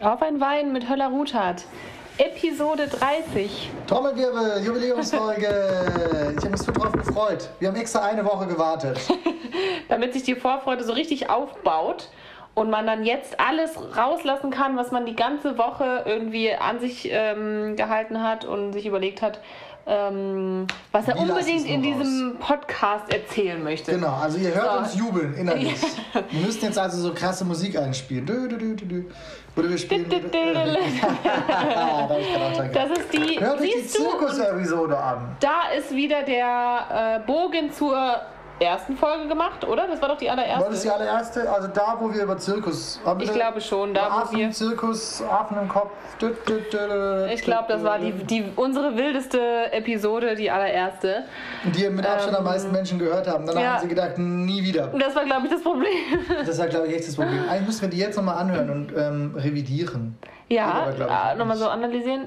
Auf ein Wein mit Höller Ruthard. Episode 30. Trommelwirbel, Jubiläumsfolge. Ich habe mich so drauf gefreut. Wir haben extra eine Woche gewartet. Damit sich die Vorfreude so richtig aufbaut und man dann jetzt alles rauslassen kann, was man die ganze Woche irgendwie an sich ähm, gehalten hat und sich überlegt hat, ähm, was er Wir lassen unbedingt es in nur raus. diesem Podcast erzählen möchte. Genau, also ihr hört So. uns jubeln innerlich. Wir müssen jetzt also so krasse Musik einspielen. Dö, dö, dö, dö, dö. Oder wir spielen. Ah, da hab ich gerade dran Das gedacht. ist die. Genau. Hört euch die siehst du? Und Zirkus-Episode an. da ist wieder der äh, Bogen zur ersten Folge gemacht, oder? Das war doch die allererste. War das die allererste? Also da, wo wir über Zirkus. Haben Ich wir- glaube schon, da, wo Affen, wir- Zirkus, Affen im Kopf. Dö, dö, dö, dö, dö, Ich glaube, das war die, dö, dö. die, unsere wildeste Episode, die allererste. Die mit Abstand am meisten Menschen gehört haben. Danach Ähm, ja. haben sie gedacht, nie wieder. Und das war, glaube ich, das Problem. Das war, glaube ich, echt das Problem. Eigentlich müssen wir die jetzt nochmal anhören und ähm, revidieren. Geht ja, aber, glaub ich, äh, nicht. nochmal so analysieren.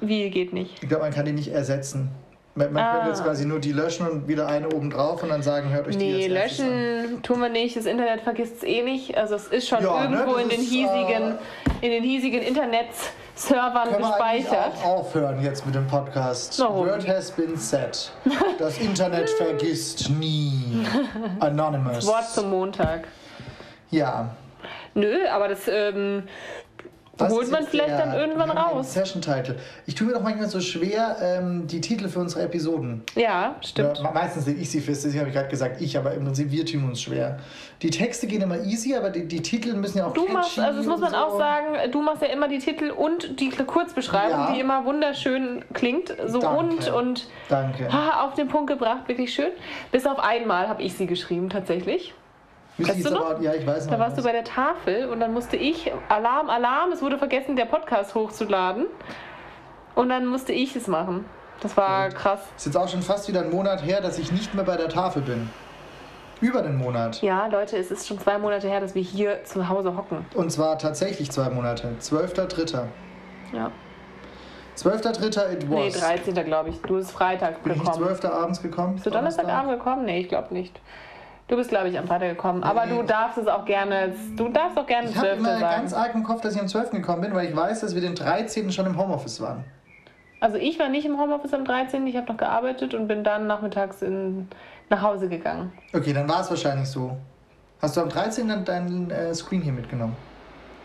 Wie geht nicht? Ich glaube, man kann die nicht ersetzen. Man, man Ah. könnte jetzt quasi nur die löschen und wieder eine oben drauf und dann sagen, hört euch die Nee, jetzt erstes an. löschen tun wir nicht. Das Internet vergisst es eh nicht. Also es ist schon Ja, ne, irgendwo das in, den ist, äh, hiesigen, in den hiesigen Internetservern Können wir gespeichert. eigentlich auch aufhören jetzt mit dem Podcast? Warum? Word has been said. Das Internet vergisst nie. Anonymous. Wort zum Montag. Ja. Nö, aber das ähm, Das holt ist man jetzt vielleicht der- dann irgendwann wir haben den raus. Session-Title. Ich tue mir doch manchmal so schwer, ähm, die Titel für unsere Episoden. Ja, stimmt. Ja, me- meistens lege ich sie fest, deswegen habe ich gerade gesagt, ich, aber im Prinzip wir tun uns schwer. Die Texte gehen immer easy, aber die, die Titel müssen ja auch Du catchy machst, also das muss und man so. auch sagen, du machst ja immer die Titel und die Kurzbeschreibung, Ja. die immer wunderschön klingt, so Danke. rund und Danke. ah, auf den Punkt gebracht, wirklich schön. Bis auf einmal habe ich sie geschrieben tatsächlich. Wisst ihr weißt jetzt du noch? aber- Ja, ich weiß Da noch warst du was. bei der Tafel und dann musste ich, Alarm, Alarm, es wurde vergessen, der Podcast hochzuladen. Und dann musste ich es machen. Das war krass. Ist jetzt auch schon fast wieder ein Monat her, dass ich nicht mehr bei der Tafel bin. Über den Monat. Ja, Leute, es ist schon zwei Monate her, dass wir hier zu Hause hocken. Und zwar tatsächlich zwei Monate. 12.3. Ja. 12.3. it Nee, was. 13. glaube ich. Du bist Freitag bin ich nicht gekommen. 12. abends gekommen? Bist du Donnerstagabend gekommen? Nee, ich glaube nicht. Du bist, glaube ich, am Freitag gekommen. Aber Nee. du darfst es auch gerne, du darfst auch gerne Ich habe 12. immer sagen. ganz arg im Kopf, dass ich am 12. gekommen bin, weil ich weiß, dass wir den 13. schon im Homeoffice waren. Also ich war nicht im Homeoffice am 13. Ich habe noch gearbeitet und bin dann nachmittags in, nach Hause gegangen. Okay, dann war es wahrscheinlich so. Hast du am 13. dann deinen äh, Screen hier mitgenommen?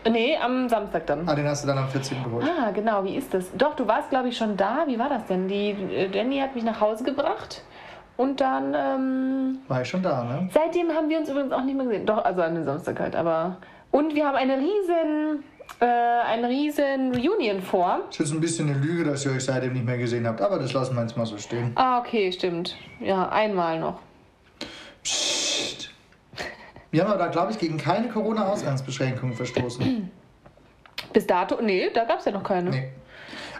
Nee, am Samstag dann. Ah, den hast du dann am 14. geholt. Ah, genau, wie ist das? Doch, du warst, glaube ich, schon da. Wie war das denn? Die äh, Jenny hat mich nach Hause gebracht und dann, ähm, War ich schon da, ne? seitdem haben wir uns übrigens auch nicht mehr gesehen. Doch, also an dem Samstag halt, aber... Und wir haben eine riesen, äh, eine riesen Reunion vor. Ist jetzt ein bisschen eine Lüge, dass ihr euch seitdem nicht mehr gesehen habt, aber das lassen wir jetzt mal so stehen. Ah, okay, stimmt. Ja, einmal noch. Psst. Wir haben aber da, glaube ich, gegen keine Corona-Ausgangsbeschränkungen verstoßen. Bis dato, nee, da gab es ja noch keine. Nee.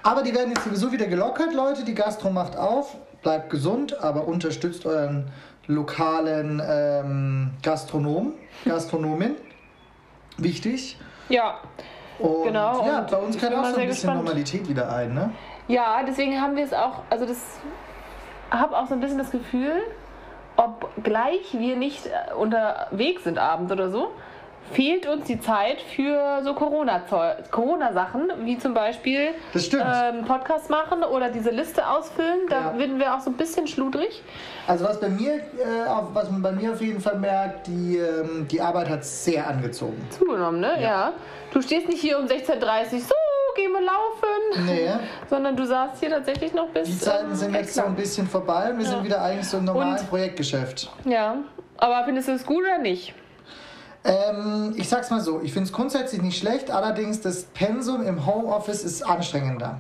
Aber die werden jetzt sowieso wieder gelockert, Leute. Die Gastro macht auf. Bleibt gesund, aber unterstützt euren lokalen ähm, Gastronom, Gastronomin. Wichtig. Ja. Und Genau, ja, und bei uns ich kehrt bin auch mal so ein sehr bisschen gespannt. Normalität wieder ein, ne? ja, deswegen haben wir es auch, also das habe auch so ein bisschen das Gefühl, obgleich wir nicht äh, unterwegs sind abends oder so, fehlt uns die Zeit für so Corona-Zeu- Corona-Sachen, wie zum Beispiel Das stimmt. ähm, Podcast machen oder diese Liste ausfüllen. Da Ja. werden wir auch so ein bisschen schludrig. Also was bei mir, äh, auf, was man bei mir auf jeden Fall merkt, die, ähm, die Arbeit hat sehr angezogen. Zugenommen, ne? Ja. Du stehst nicht hier um 16.30 Uhr, so, gehen wir laufen. Nee, Sondern du saßt hier tatsächlich noch bis. die Zeiten ähm, sind jetzt so extra. ein bisschen vorbei und wir sind wieder eigentlich so im normalen Und- Projektgeschäft. Ja, aber findest du es gut oder nicht? Ähm, ich sag's mal so, ich find's grundsätzlich nicht schlecht, allerdings das Pensum im Homeoffice ist anstrengender.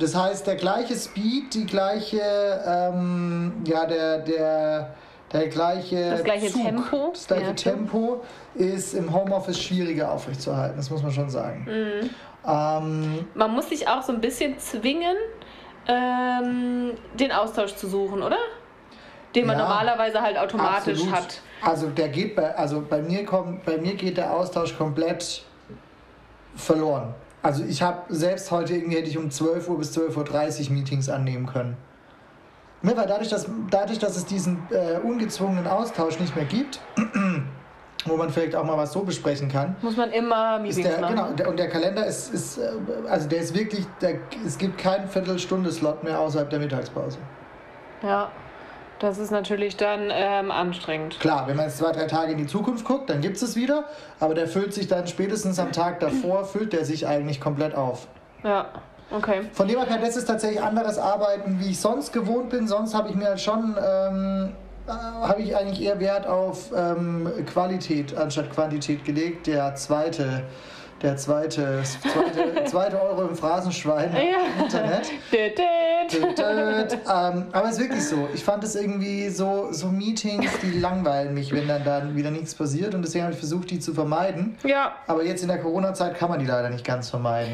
Das heißt, der gleiche Speed, die gleiche, ähm, ja, der, der, der gleiche Das gleiche Zug, Tempo. das gleiche Ja, stimmt. Tempo ist im Homeoffice schwieriger aufrechtzuerhalten, das muss man schon Mhm. sagen. Ähm, Man muss sich auch so ein bisschen zwingen, ähm, den Austausch zu suchen, oder? Den man Ja. normalerweise halt automatisch Absolut. hat. Also der geht bei, also bei mir kommt, bei mir geht der Austausch komplett verloren. Also ich habe selbst heute irgendwie hätte ich um 12 Uhr bis 12.30 Uhr Meetings annehmen können. Ne, weil dadurch dass, dadurch, dass es diesen äh, ungezwungenen Austausch nicht mehr gibt, wo man vielleicht auch mal was so besprechen kann. Muss man immer Ist Meetings der, machen. genau, der, und der Kalender ist, ist, äh, also der ist wirklich, der, es gibt keinen Viertelstunde-Slot mehr außerhalb der Mittagspause. Ja, das ist natürlich dann ähm, anstrengend. Klar, wenn man jetzt zwei, drei Tage in die Zukunft guckt, dann gibt es es wieder, aber der füllt sich dann spätestens am Tag davor, füllt der sich eigentlich komplett auf. Ja, okay. Von dem her, kann das ist tatsächlich anderes Arbeiten, wie ich sonst gewohnt bin. Sonst habe ich mir halt schon, ähm, äh, habe ich eigentlich eher Wert auf ähm, Qualität anstatt Quantität gelegt. Der zweite, der zweite, zweite, zweite Euro im Phrasenschwein im Internet. Dödöd. Död, död. ähm, aber es ist wirklich so. Ich fand es irgendwie so, so Meetings, die langweilen mich, wenn dann, dann wieder nichts passiert. Und deswegen habe ich versucht, die zu vermeiden. Ja, Aber jetzt in der Corona-Zeit kann man die leider nicht ganz vermeiden.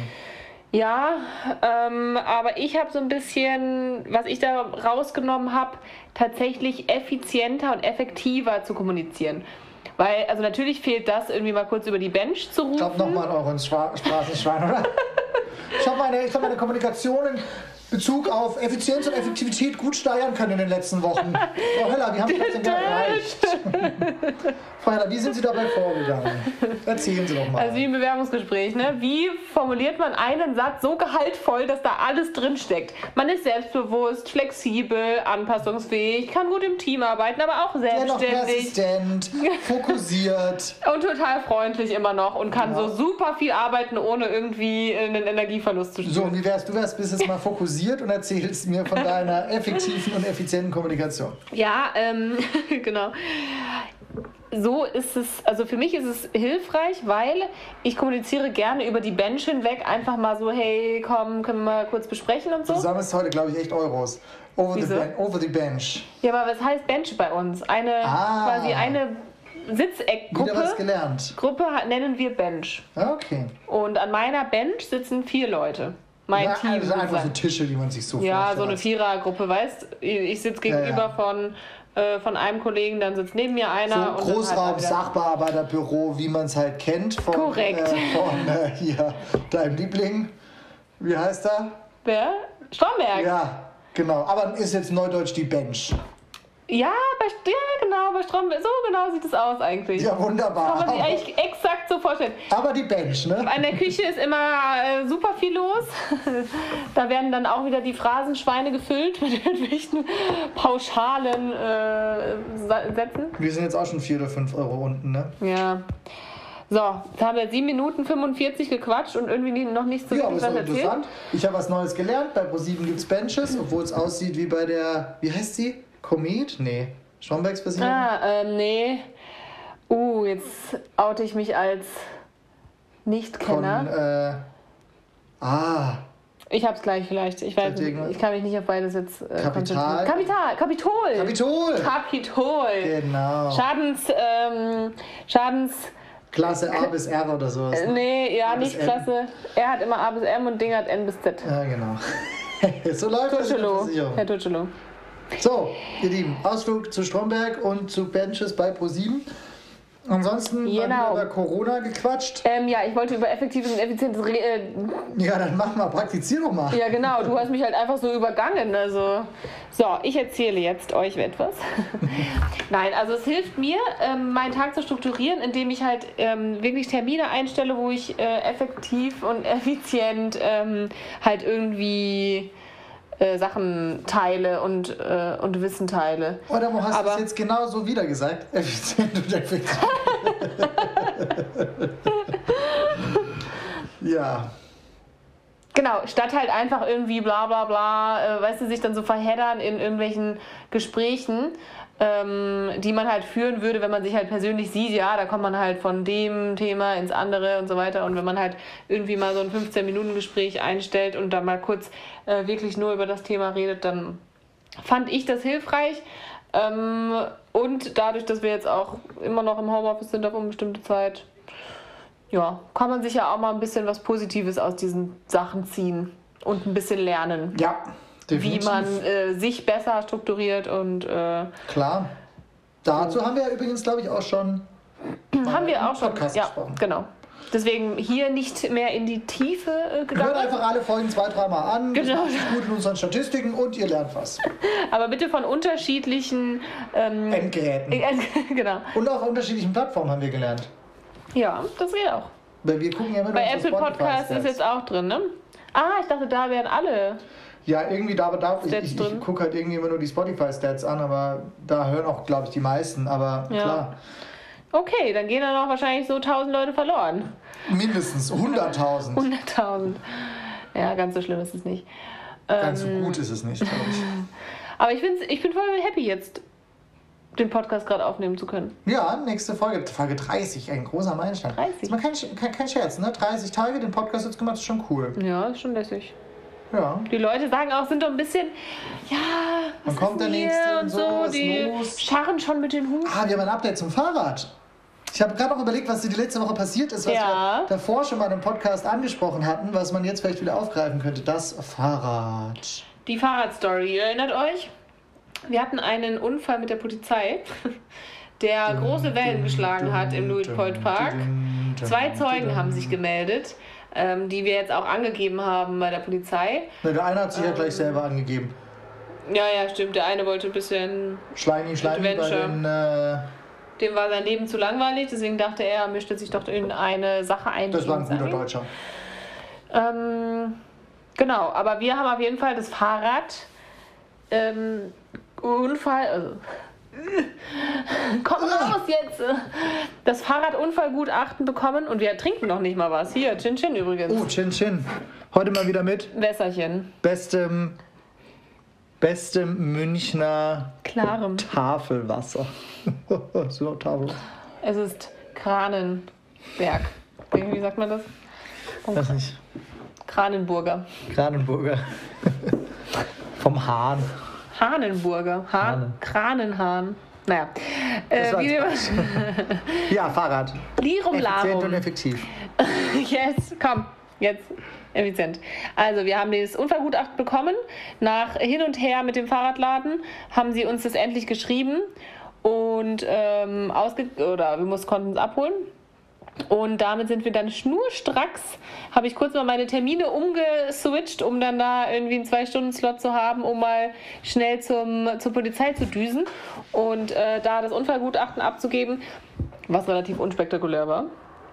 ja ähm, aber ich habe so ein bisschen, was ich da rausgenommen habe, tatsächlich effizienter und effektiver zu kommunizieren. Weil, also natürlich fehlt das, irgendwie mal kurz über die Bench zu rufen. Klappt nochmal ein Euro ins Schwa Straßenschwein, oder? Ich habe meine, ich hab meine Kommunikation in Bezug auf Effizienz und Effektivität gut steigern können in den letzten Wochen. Frau Heller, wie haben Sie das denn erreicht? Frau Heller, wie sind Sie dabei vorgegangen? Erzählen Sie doch mal. Also wie im Bewerbungsgespräch, ne? Wie formuliert man einen Satz so gehaltvoll, dass da alles drin steckt? Man ist selbstbewusst, flexibel, anpassungsfähig, kann gut im Team arbeiten, aber auch Dennoch selbstständig persistent, fokussiert. und total freundlich immer noch und kann so super viel arbeiten, ohne irgendwie einen Energieverlust zu So, spüren. und wie wär's? Du wärst bis jetzt mal fokussiert und erzählst mir von deiner effektiven und effizienten Kommunikation. Ja, ähm, genau. So ist es, also für mich ist es hilfreich, weil ich kommuniziere gerne über die Bench hinweg, einfach mal so, hey, komm, können wir mal kurz besprechen und so. Du sammelst heute, glaube ich, echt Euros. Over the, Wieso? ben over the bench. Ja, aber was heißt Bench bei uns? Eine Ah. quasi eine Wieder was Sitzeckgruppe. gelernt. Gruppe ha- nennen wir Bench. Okay. Und an meiner Bench sitzen vier Leute. Mein Ja, Team. also einfach so sozusagen. Tische, die man sich so vorstellt. ja, so eine Vierergruppe, weißt Ich sitze ja. gegenüber von äh, von einem Kollegen, dann sitzt neben mir So einer. ein und dann Großraum, halt wieder- Sachbearbeiterbüro, wie man es halt kennt. Von, Korrekt. Äh, von äh, hier, deinem Liebling. Wie heißt er? Wer? Stromberg. Ja, Ja, genau. Aber ist jetzt neudeutsch die Bench. bei, ja genau, bei Stromberg. So genau sieht es aus eigentlich. Ja, wunderbar. Kann man sich eigentlich exakt so vorstellen. Aber die Bench, ne? An der Küche ist immer äh, super viel los. da werden dann auch wieder die Phrasenschweine gefüllt mit irgendwelchen pauschalen äh, Sa- Sätzen. Wir sind jetzt auch schon 4 oder 5 Euro unten, ne? Ja. So, jetzt haben wir 7 Minuten 45 gequatscht und irgendwie nie- noch nicht so Ja, aber wirklich ist doch was erzählt. interessant. Ich habe was Neues gelernt. Bei ProSieben gibt es Benches, obwohl es aussieht wie bei der, wie heißt sie? Komet? Nee. Strombergs Versicherung? Ah, ähm, nee. Uh, jetzt oute ich mich als Von, Nicht-Kenner. äh, ah, Ich hab's gleich vielleicht. Ich weiß nicht. irgendwas? Ich kann mich nicht auf beides jetzt. Äh, Kapital? konzentrieren. Kapital. Kapitol. Kapitol. Kapitol. Genau. Schadens, ähm, Schadens, Klasse A bis R oder sowas. ne? nee, ja, bis nicht M. klasse. Er hat immer A bis M und Ding hat N bis Z. Ja, genau. so läuft das in der Tuchelo, Versicherung. Herr Tuchelo. So, ihr Lieben, Ausflug zu Stromberg und zu Benches bei ProSieben. Ansonsten mal Genau. wieder über Corona gequatscht. Ähm, ja, ich wollte über effektives und effizientes Re äh, Ja, dann mach mal, praktizier doch mal. Ja, genau, du hast mich halt einfach so übergangen. Also, so, ich erzähle jetzt euch etwas. Nein, also es hilft mir, ähm, meinen Tag zu strukturieren, indem ich halt ähm, wirklich Termine einstelle, wo ich äh, effektiv und effizient ähm, halt irgendwie äh, Sachen teile und, äh, und Wissen teile. Oder warum hast du es Aber- jetzt genau so wieder gesagt? Effizient und effektiv. ja, Genau, statt halt einfach irgendwie bla bla bla, äh, weißt du, sich dann so verheddern in irgendwelchen Gesprächen, ähm, die man halt führen würde, wenn man sich halt persönlich sieht, ja, da kommt man halt von dem Thema ins andere und so weiter. Und wenn man halt irgendwie mal so ein 15-Minuten-Gespräch einstellt und dann mal kurz äh, wirklich nur über das Thema redet, dann fand ich das hilfreich. Ähm, und dadurch, dass wir jetzt auch immer noch im Homeoffice sind auf unbestimmte Zeit, ja, kann man sich ja auch mal ein bisschen was Positives aus diesen Sachen ziehen und ein bisschen lernen, ja, wie definitiv. man äh, sich besser strukturiert und äh, Klar. Dazu haben wir ja übrigens, glaube ich, auch schon haben wir auch schon Podcast ja, gesprochen. genau. Deswegen hier nicht mehr in die Tiefe äh, Hört gegangen. einfach alle Folgen zwei, dreimal an. Genau. Ist gut in unseren Statistiken und ihr lernt was. Aber bitte von unterschiedlichen. Ähm, Endgeräten. genau. Und auf unterschiedlichen Plattformen haben wir gelernt. Ja, das geht auch. Weil wir gucken ja immer Bei nur auf Apple Spotify Podcasts ist selbst. jetzt auch drin, ne? Ah, ich dachte, da wären alle. Ja, irgendwie da bedarf ich. Stats Ich, drin. ich gucke halt irgendwie immer nur die Spotify-Stats an, aber da hören auch, glaube ich, die meisten. Aber Ja. klar, Okay, dann gehen dann auch wahrscheinlich so 1000 Leute verloren. mindestens 100.000. 100.000. Ja, ganz so schlimm ist es nicht. Ganz so Ähm. gut ist es nicht, glaube ich. Aber ich, find's, ich bin voll happy jetzt, den Podcast gerade aufnehmen zu können. Ja, nächste Folge, Folge 30, ein großer Meilenstein. 30. Ist mal kein, Sch- kein, kein Scherz, ne? 30 Tage, den Podcast jetzt gemacht, ist schon cool. Ja, ist schon lässig. Ja. Die Leute sagen auch, sind doch ein bisschen, ja, was Wann ist kommt der denn hier nächste und und so, so. was Die los? scharren schon mit den Hufen. Ah, wir haben ein Update zum Fahrrad. Ich habe gerade noch überlegt, was dir die letzte Woche passiert ist, was Ja. wir davor schon mal im Podcast angesprochen hatten, was man jetzt vielleicht wieder aufgreifen könnte. Das Fahrrad. Die Fahrradstory, ihr erinnert euch? Wir hatten einen Unfall mit der Polizei, der große Wellen geschlagen hat im Louis Point Park. Zwei Zeugen haben sich gemeldet, ähm, die wir jetzt auch angegeben haben bei der Polizei. Ne, der eine hat sich ja gleich selber angegeben. Ja, ja, stimmt. Der eine wollte ein bisschen, Schleimi, Schleimi bei Adventure. den, äh, dem war sein Leben zu langweilig, deswegen dachte er, er möchte sich doch in eine Sache ein. Das die war ein uns guter angeht. Deutscher. Ähm, genau, aber wir haben auf jeden Fall das Fahrrad. Ähm, Unfall. Also, komm raus jetzt! Das Fahrradunfallgutachten bekommen und wir trinken noch nicht mal was. Hier, Chin Chin übrigens. Oh, Chin Chin. Heute mal wieder mit Wässerchen. bestem, bestem Münchner Klarem. Tafelwasser. so, Tafelwasser. Es ist Kranenberg. Wie sagt man das? Weiß nicht. Kranenburger. Kranenburger. Vom Hahn. Hahnenburger. Hahn, Hahne. Kranenhahn. Naja. Äh, Das war wie jetzt dem- Ja, Fahrrad. Lirum Effizient und Larum. effektiv. Yes, komm, jetzt. Effizient. Also, wir haben dieses Unfallgutachten bekommen. Nach hin und her mit dem Fahrradladen haben sie uns das endlich geschrieben und ähm, ausge oder wir mussten, konnten es abholen. Und damit sind wir dann schnurstracks, habe ich kurz mal meine Termine umgeswitcht, um dann da irgendwie einen Zwei-Stunden-Slot zu haben, um mal schnell zum, zur Polizei zu düsen und äh, da das Unfallgutachten abzugeben, was relativ unspektakulär war.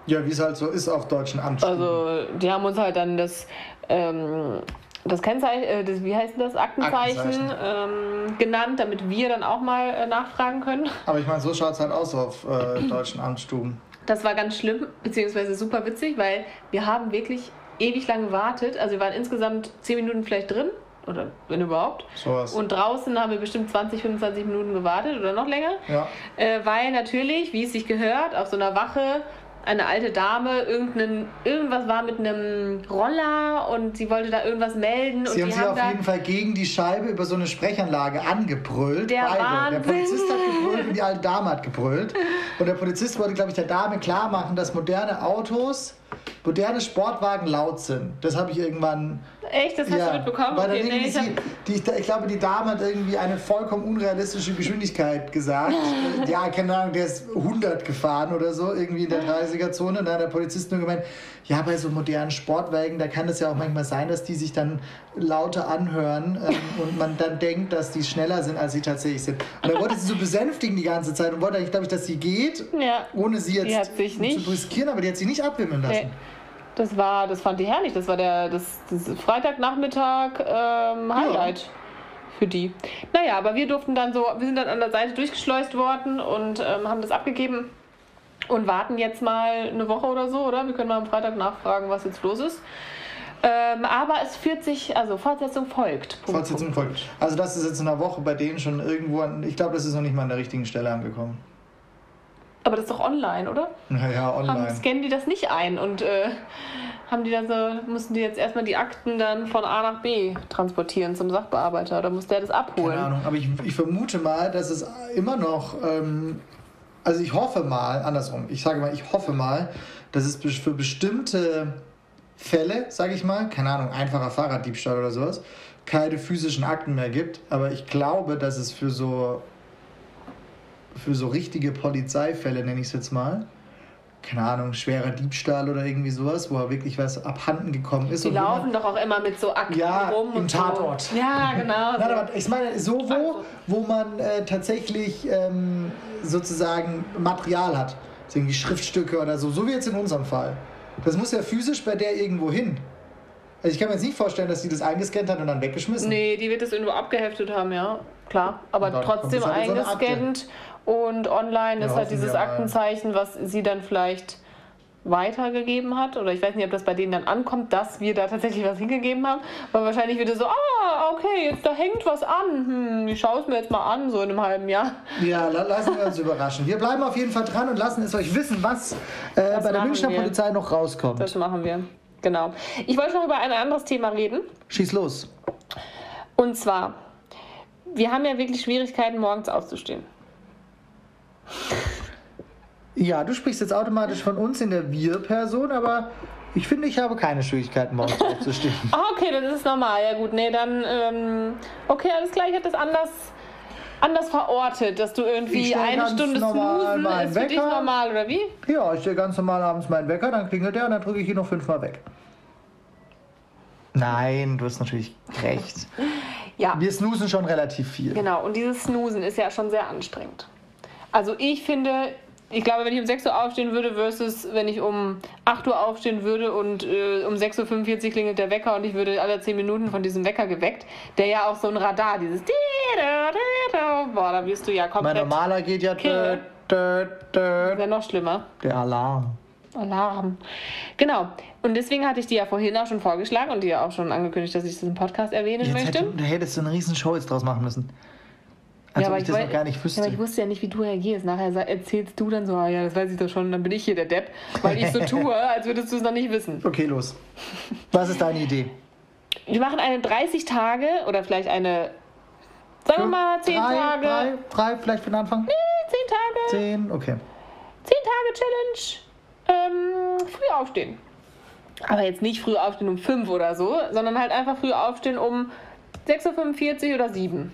Ja, wie es halt so ist auf deutschen Amtsstuben. Also, die haben uns halt dann das, ähm, das Kennzeichen, äh, das, wie heißt denn das, Aktenzeichen, Ähm, genannt, damit wir dann auch mal äh, nachfragen können. Aber ich meine, so schaut es halt aus auf äh, deutschen Amtsstuben. Das war ganz schlimm, beziehungsweise super witzig, weil wir haben wirklich ewig lang gewartet. Also, wir waren insgesamt 10 Minuten vielleicht drin, oder wenn überhaupt. Sowas. Und draußen haben wir bestimmt 20, 25 Minuten gewartet oder noch länger. ja. Äh, weil natürlich, wie es sich gehört, auf so einer Wache eine alte Dame, irgendein, irgendwas war mit einem Roller und sie wollte da irgendwas melden. und Sie haben die sich auf da, jeden Fall gegen die Scheibe über so eine Sprechanlage angebrüllt. Der beide. Der Wahnsinn. Polizist hat gebrüllt und die alte Dame hat gebrüllt. Und der Polizist wollte, glaube ich, der Dame klar machen, dass moderne Autos, moderne Sportwagen laut sind. Das habe ich irgendwann. Echt, das hast du mitbekommen? Weil dann Okay, nee, irgendwie ich hab, sie, die, ich, ich glaube, die Dame hat irgendwie eine vollkommen unrealistische Geschwindigkeit gesagt. Äh, ja, keine Ahnung, der ist 100 gefahren oder so, irgendwie in der 30er-Zone. Und dann hat der Polizist nur gemeint, ja, bei so modernen Sportwagen, da kann es ja auch manchmal sein, dass die sich dann lauter anhören ähm, und man dann denkt, dass die schneller sind, als sie tatsächlich sind. Und dann wollte sie so besänftigen die ganze Zeit und wollte eigentlich, glaube ich, dass sie geht, ja. ohne sie jetzt Die hat sich nicht- zu riskieren, aber die hat sich nicht abwimmeln lassen. Nee. Äh, Das war, das fand die herrlich. Das war der das, das Freitagnachmittag ähm, Highlight für die. Naja, aber wir durften dann so, wir sind dann an der Seite durchgeschleust worden und ähm, haben das abgegeben und warten jetzt mal eine Woche oder so, oder? Wir können mal am Freitag nachfragen, was jetzt los ist. Ähm, aber es führt sich, also Fortsetzung folgt. Punkt, Fortsetzung folgt. Also das ist jetzt in einer Woche bei denen schon irgendwo an, ich glaube, das ist noch nicht mal an der richtigen Stelle angekommen. Punkt. Aber das ist doch online, oder? Naja, Haben, online. Ähm, scannen die das nicht ein und äh, haben die dann so, mussten die jetzt erstmal die Akten dann von A nach B transportieren zum Sachbearbeiter oder muss der das Keine abholen? Ahnung, aber ich, ich vermute mal, dass es immer noch, ähm, also ich hoffe mal, andersrum, ich sage mal, ich hoffe mal, dass es be- für bestimmte Fälle, sage ich mal, keine Ahnung, einfacher Fahrraddiebstahl oder sowas, keine physischen Akten mehr gibt, aber ich glaube, dass es für so für so richtige Polizeifälle, nenne ich es jetzt mal, keine Ahnung, schwerer Diebstahl oder irgendwie sowas, wo er wirklich was abhanden gekommen ist. Die und wo man- laufen doch auch immer mit so Akten Ja, rum. im und Tatort. So. Ja, genau. Nein, so. aber ich meine, so wo, wo man äh, tatsächlich ähm, sozusagen Material hat. Also irgendwie Schriftstücke oder so, so wie jetzt in unserem Fall. Das muss ja physisch bei der irgendwo hin. Also ich kann mir jetzt nicht vorstellen, dass die das eingescannt hat und dann weggeschmissen. Nee, die wird das irgendwo abgeheftet haben, ja. Klar. Aber Und dann trotzdem kommt das halt in so eine Akte. eingescannt. und online Ja, ist hoffen halt dieses wir mal. Aktenzeichen, was sie dann vielleicht weitergegeben hat. Oder ich weiß nicht, ob das bei denen dann ankommt, dass wir da tatsächlich was hingegeben haben. Weil wahrscheinlich wieder so, ah, okay, jetzt da hängt was an. Hm, ich schaue es mir jetzt mal an, so in einem halben Jahr. Ja, la lassen wir uns überraschen. Wir bleiben auf jeden Fall dran und lassen es euch wissen, was äh, bei der machen Münchner wir. Polizei noch rauskommt. Das machen wir. Genau. Ich wollte noch über ein anderes Thema reden. Schieß los. Und zwar, wir haben ja wirklich Schwierigkeiten, morgens aufzustehen. Ja, du sprichst jetzt automatisch von uns in der Wir-Person, aber ich finde, ich habe keine Schwierigkeiten, morgens aufzustehen. Ah, okay, dann ist es normal. Ja gut, nee, dann, ähm, okay, alles klar, ich hätte es anders, anders verortet, dass du Ich irgendwie stell eine ganz Stunde normal snoosen meinen ist für dich Wecker. normal, oder wie? Ja, ich stehe ganz normal abends meinen Wecker, dann klingelt der und dann drücke ich ihn noch fünfmal weg. Nein, du hast natürlich recht. Ja, Wir snoosen schon relativ viel. genau. Und dieses Snoosen ist ja schon sehr anstrengend. Also ich finde, ich glaube, wenn ich um 6 Uhr aufstehen würde versus wenn ich um 8 Uhr aufstehen würde und äh, um 6.45 Uhr klingelt der Wecker und ich würde alle 10 Minuten von diesem Wecker geweckt, der ja auch so ein Radar, dieses Boah, da wirst du ja Mein komplett... normaler geht ja dö, Okay. dö, dö, Wäre noch schlimmer. der Alarm. Alarm. Genau. Und deswegen hatte ich die ja vorhin auch schon vorgeschlagen und dir auch schon angekündigt, dass ich das im Podcast erwähnen Jetzt möchte. hätte, da hättest du eine riesen Show jetzt draus machen müssen. Als ob ich das wollt- noch gar nicht Ja, wüsste. aber ich wusste ja nicht, wie du reagierst. Nachher sa- erzählst du dann so, ah ja, das weiß ich doch schon, dann bin ich hier der Depp, weil ich so tue, als würdest du es noch nicht wissen. okay, los. Was ist deine Idee? Wir machen eine 30 Tage oder vielleicht eine, sagen wir mal, 10 drei, Tage, Drei, drei, vielleicht für den Anfang? 10 Tage, Zehn, okay. 10 Tage Challenge, ähm, früh aufstehen. Aber jetzt nicht früh aufstehen um 5 oder so, sondern halt einfach früh aufstehen um 6.45 Uhr oder 7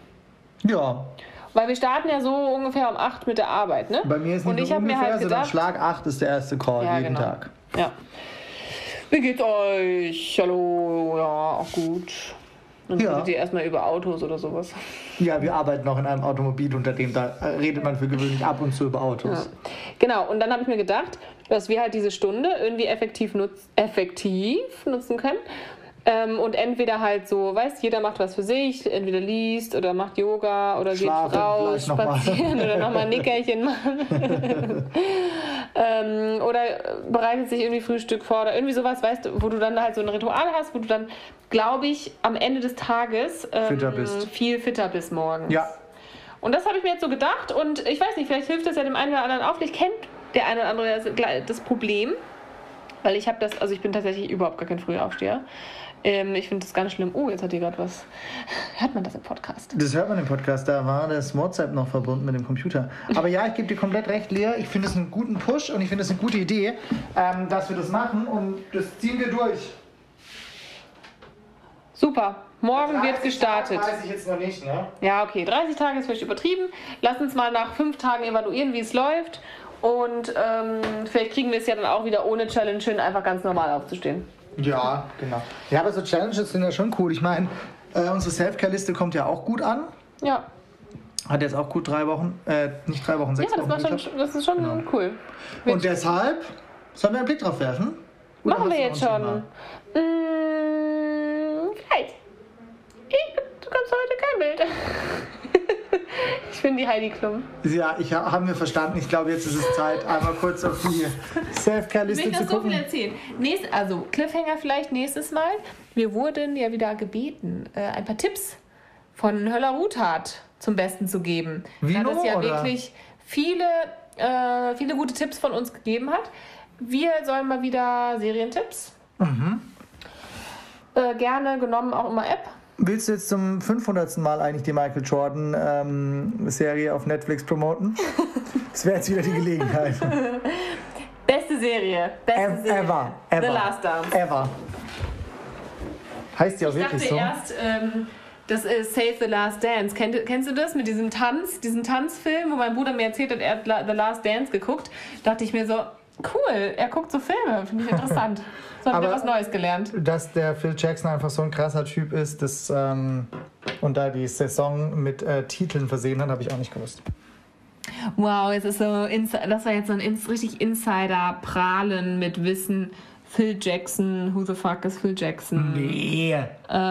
Ja, Weil wir starten ja so ungefähr um 8 mit der Arbeit, ne? bei mir ist Und nicht ich nur habe mir ungefähr, halt sondern gedacht, Schlag 8 ist der erste Call Ja, jeden genau. Tag. ja. Wie geht's euch? Hallo, ja, auch gut. Dann Ja. redet ihr erstmal über Autos oder sowas. Ja, wir arbeiten noch in einem Automobil, unter dem da äh, redet man für gewöhnlich ab und zu über Autos. Genau, und dann habe ich mir gedacht, dass wir halt diese Stunde irgendwie effektiv, nutz effektiv nutzen können. Ähm, und entweder halt so, weißt jeder macht was für sich, entweder liest oder macht Yoga oder Schlafen geht raus, vielleicht noch mal. spazieren oder nochmal ein Nickerchen machen. ähm, oder bereitet sich irgendwie Frühstück vor oder irgendwie sowas, weißt du, wo du dann halt so ein Ritual hast, wo du dann, glaube ich, am Ende des Tages ähm, Fitter bist. viel fitter bist morgens. Ja, Und das habe ich mir jetzt so gedacht und ich weiß nicht, vielleicht hilft das ja dem einen oder anderen auch. Vielleicht kennt der eine oder andere das, das Problem, weil ich habe das, also ich bin tatsächlich überhaupt gar kein Frühaufsteher. Ähm, ich finde das ganz schlimm. Oh, jetzt hat die gerade was. Hört man das im Podcast? das hört man im Podcast, da war das WhatsApp noch verbunden mit dem Computer. Aber ja, ich gebe dir komplett recht, Lea. Ich finde es einen guten Push und ich finde es eine gute Idee, ähm, dass wir das machen und das ziehen wir durch. Super. Also Morgen wird gestartet. Weiß ich jetzt noch nicht, ne? Ja, okay. 30 Tage ist vielleicht übertrieben. Lass uns mal nach fünf Tagen evaluieren, wie es läuft. Und ähm, vielleicht kriegen wir es ja dann auch wieder ohne Challenge hin, einfach ganz normal aufzustehen. Ja, genau. Ja, aber so Challenges sind ja schon cool. Ich meine, äh, unsere Self-Care-Liste kommt ja auch gut an. Ja. Hat jetzt auch gut drei Wochen, äh, nicht drei Wochen, sechs Ja, das, Wochen. war geklappt. schon, das ist schon cool. Und deshalb sollen wir einen Blick drauf werfen. Oder Machen hast wir du jetzt noch ein schon. Thema? Mm, Vielleicht. Ich, du kommst heute kein Bild. ich bin die Heidi Klum. Ja, ich ha- haben wir verstanden. Ich glaube, jetzt ist es Zeit, einmal kurz auf die Self-Care-Liste zu gucken. erzählen. Nächst, also Cliffhanger vielleicht nächstes Mal. Wir wurden ja wieder gebeten, äh, ein paar Tipps von Höller Ruthardt zum Besten zu geben. Vino, da das ja oder? wirklich viele, äh, viele gute Tipps von uns gegeben hat. Wir sollen mal wieder Serientipps. Mhm. Äh, gerne genommen, auch immer App. Willst du jetzt zum 500. Mal eigentlich die Michael Jordan-Serie auf Netflix promoten? Das wäre jetzt wieder die Gelegenheit. Beste Serie. Beste Ev- Serie. Ever. Ever. The Last Dance. Ever. Heißt ja Ich dachte wirklich so. erst, ähm, das ist Save the Last Dance. Kennt, kennst du das mit diesem Tanz, diesem Tanzfilm, wo mein Bruder mir erzählt hat, er hat La- The Last Dance geguckt? Dachte ich mir so, Cool, er guckt so Filme, finde ich interessant. So haben wir Aber- was Neues gelernt. Dass der Phil Jackson einfach so ein krasser Typ ist das, ähm, und da die Saison mit äh, Titeln versehen hat, habe ich auch nicht gewusst. Wow, jetzt ist so, Insi- das war jetzt so ein ins- richtig Insider-Prahlen mit Wissen. Phil Jackson, who the fuck is Phil Jackson? Mhm. Nee,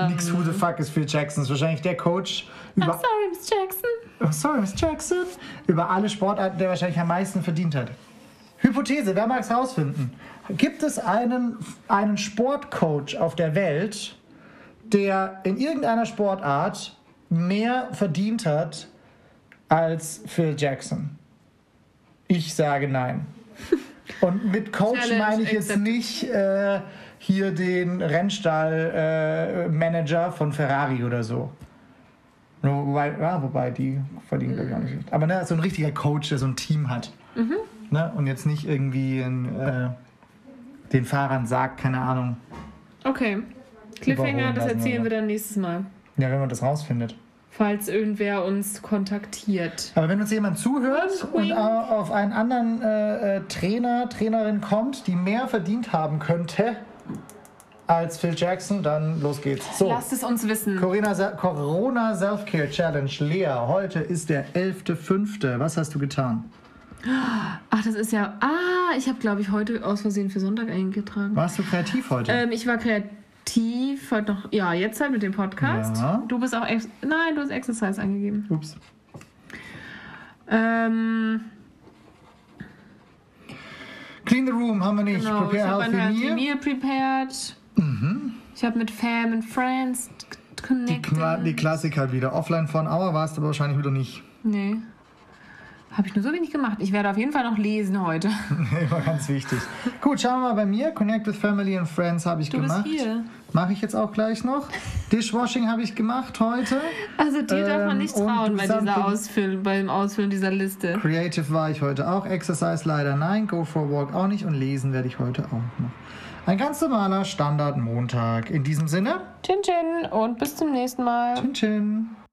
nix who the fuck ist Phil Jackson. Ist wahrscheinlich der Coach I'm über, sorry, Miss Jackson. oh, sorry, Miss Jackson, über alle Sportarten, der wahrscheinlich am meisten verdient hat. Hypothese, wer mag es herausfinden? Gibt es einen, einen Sportcoach auf der Welt, der in irgendeiner Sportart mehr verdient hat als Phil Jackson? Ich sage nein. Und mit Coach Challenge meine ich jetzt accepted. nicht äh, hier den Rennstall-Manager äh, Manager von Ferrari oder so. Nur Wobei, ja, wobei die verdienen, glaube ich, auch nicht. schlecht. Aber ne, so ein richtiger Coach, der so ein Team hat. Mhm. Ne? Und jetzt nicht irgendwie ein, äh, den Fahrern sagt, keine Ahnung. Okay. Cliffhanger, Überholen das lassen wir erzählen mal. wir dann nächstes Mal. Ja, wenn man das rausfindet. Falls irgendwer uns kontaktiert. Aber wenn uns jemand zuhört Wink, und wink. au- auf einen anderen äh, äh, Trainer, Trainerin kommt, die mehr verdient haben könnte als Phil Jackson, dann los geht's. So, Lasst es uns wissen. Corona, Se- Corona Self-Care Challenge. Lea, heute ist der 11.05. Was hast du getan? Ach, das ist ja. Ah, ich habe, glaube ich, heute aus Versehen für Sonntag eingetragen. Warst du kreativ heute? Ähm, ich war kreativ heute noch. Ja, jetzt halt mit dem Podcast. Ja. Du bist auch. Ex Nein, du hast Exercise angegeben. Ups. Ähm, Clean the room haben wir nicht. genau, ich Prepare habe healthy ein Healthy meal. Meal prepared. Ich habe mit Fam and Friends c- Mhm. Die, Kla- die connected. Klassiker wieder. Offline for an hour warst du aber wahrscheinlich wieder nicht. Nee. Habe ich nur so wenig gemacht. Ich werde auf jeden Fall noch lesen heute. War ganz wichtig. Gut, schauen wir mal bei mir. Connect with Family and Friends habe ich Du bist gemacht. hier. Mache ich jetzt auch gleich noch. Dishwashing habe ich gemacht heute. Also dir darf man Ähm, nicht und trauen du bei dieser something- Ausfüllen, beim Ausfüllen dieser Liste. Creative war ich heute auch. Exercise leider nein. Go for a walk auch nicht. Und lesen werde ich heute auch noch. Ein ganz normaler Standard-Montag. In diesem Sinne, Tschin, tschin und bis zum nächsten Mal. tschin, tschin.